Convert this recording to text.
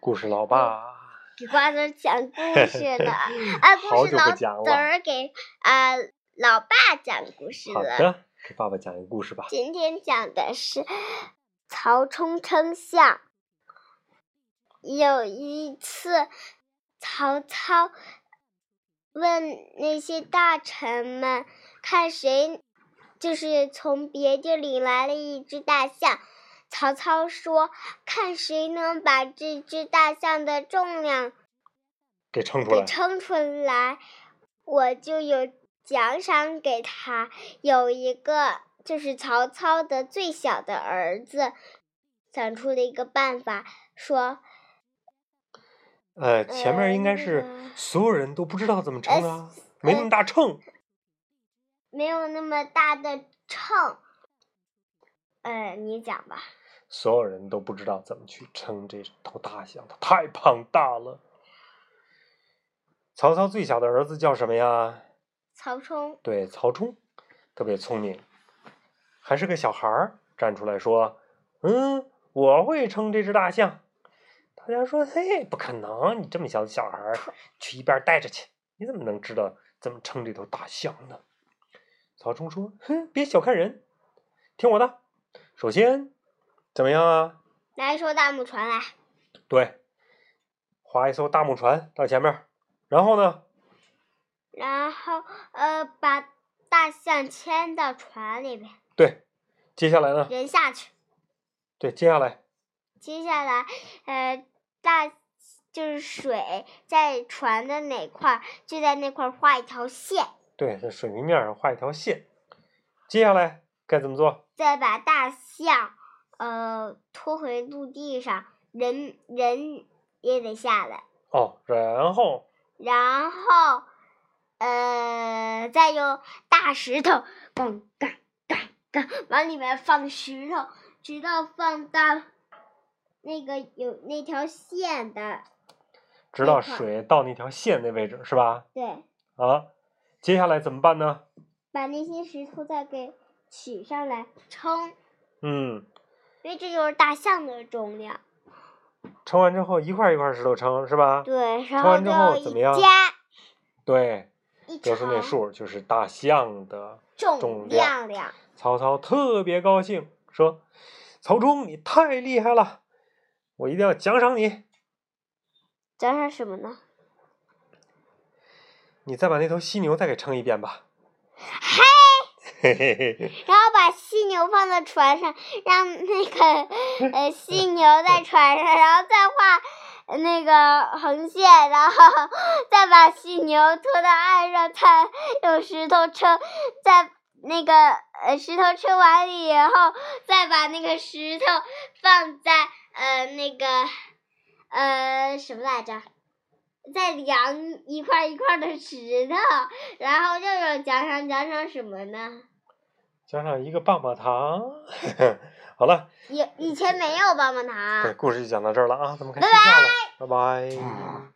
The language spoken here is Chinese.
故事哦老爸，啊给瓜子儿讲故事 呢。啊，好故事久不老讲子了儿给啊老爸讲故事好了。的，给爸爸讲一个故事吧。今天讲的是曹冲称象。有一次，曹操问那些大臣们，看谁就是从别地领来了一只大象。曹操说：“看谁能把这只大象的重量给称出给来，称出来，我就有奖赏给他。有一个就是曹操的最小的儿子，想出了一个办法，说呃，前面应该是嗯所有人都不知道怎么称呃啊，没那么大秤，没有那么大的秤。呃，你讲吧。所有人都不知道怎么去称这头大象，它太庞大了。曹操最小的儿子叫什么呀？曹冲，对，曹冲特别聪明，还是个小孩儿，站出来说：“嗯，我会称这只大象。”大家说：“嘿，不可能！你这么小的小孩儿，去一边儿待着去，你怎么能知道怎么称这头大象呢？”曹冲说：“哼，别小看人，听我的。首先，怎么样啊？拿一艘大木船来，对，划一艘大木船到前面儿，然后呢，然后呃，把大象牵到船里边，对，接下来呢，人下去。对，接下来接下来，呃，大就是水在船的哪块儿，就在那块儿画一条线，对，在水平面上画一条线。接下来该怎么做？再把大象，呃，拖回陆地上，人人也得下来，哦，然后然后，呃，再用大石头，咣咣咣咣，往里面放石头，直到放到那个有那条线的，直到那块儿水到那条线那位置是吧？对。啊，接下来怎么办呢？把那些石头再给取上来称，嗯，因为这就是大象的重量。称完之后一块儿一块儿石头称是吧？对，然称后完就之后要怎一么样加对，一得出那乘数就是大象的。重重量量量。曹操特别高兴，说：“曹冲，你太厉害了，我一定要奖赏你。加上什么呢？你再把那头犀牛再给称一遍吧。”嘿嘿嘿嘿。然后把犀牛放到船上，让那个呃犀牛在船上，然后再画呃那个横线，然后 再把犀牛拖到岸上，再用石头撑，再那个呃石头撑完以后，再把那个石头放在呃那个呃什么来着？再量一块一块的石头，然后又有奖赏，奖赏什么呢？加上一个棒棒糖。 好了，以以前没有棒棒糖。啊对，故事就讲到这儿了啊，咱们该睡觉了，拜拜。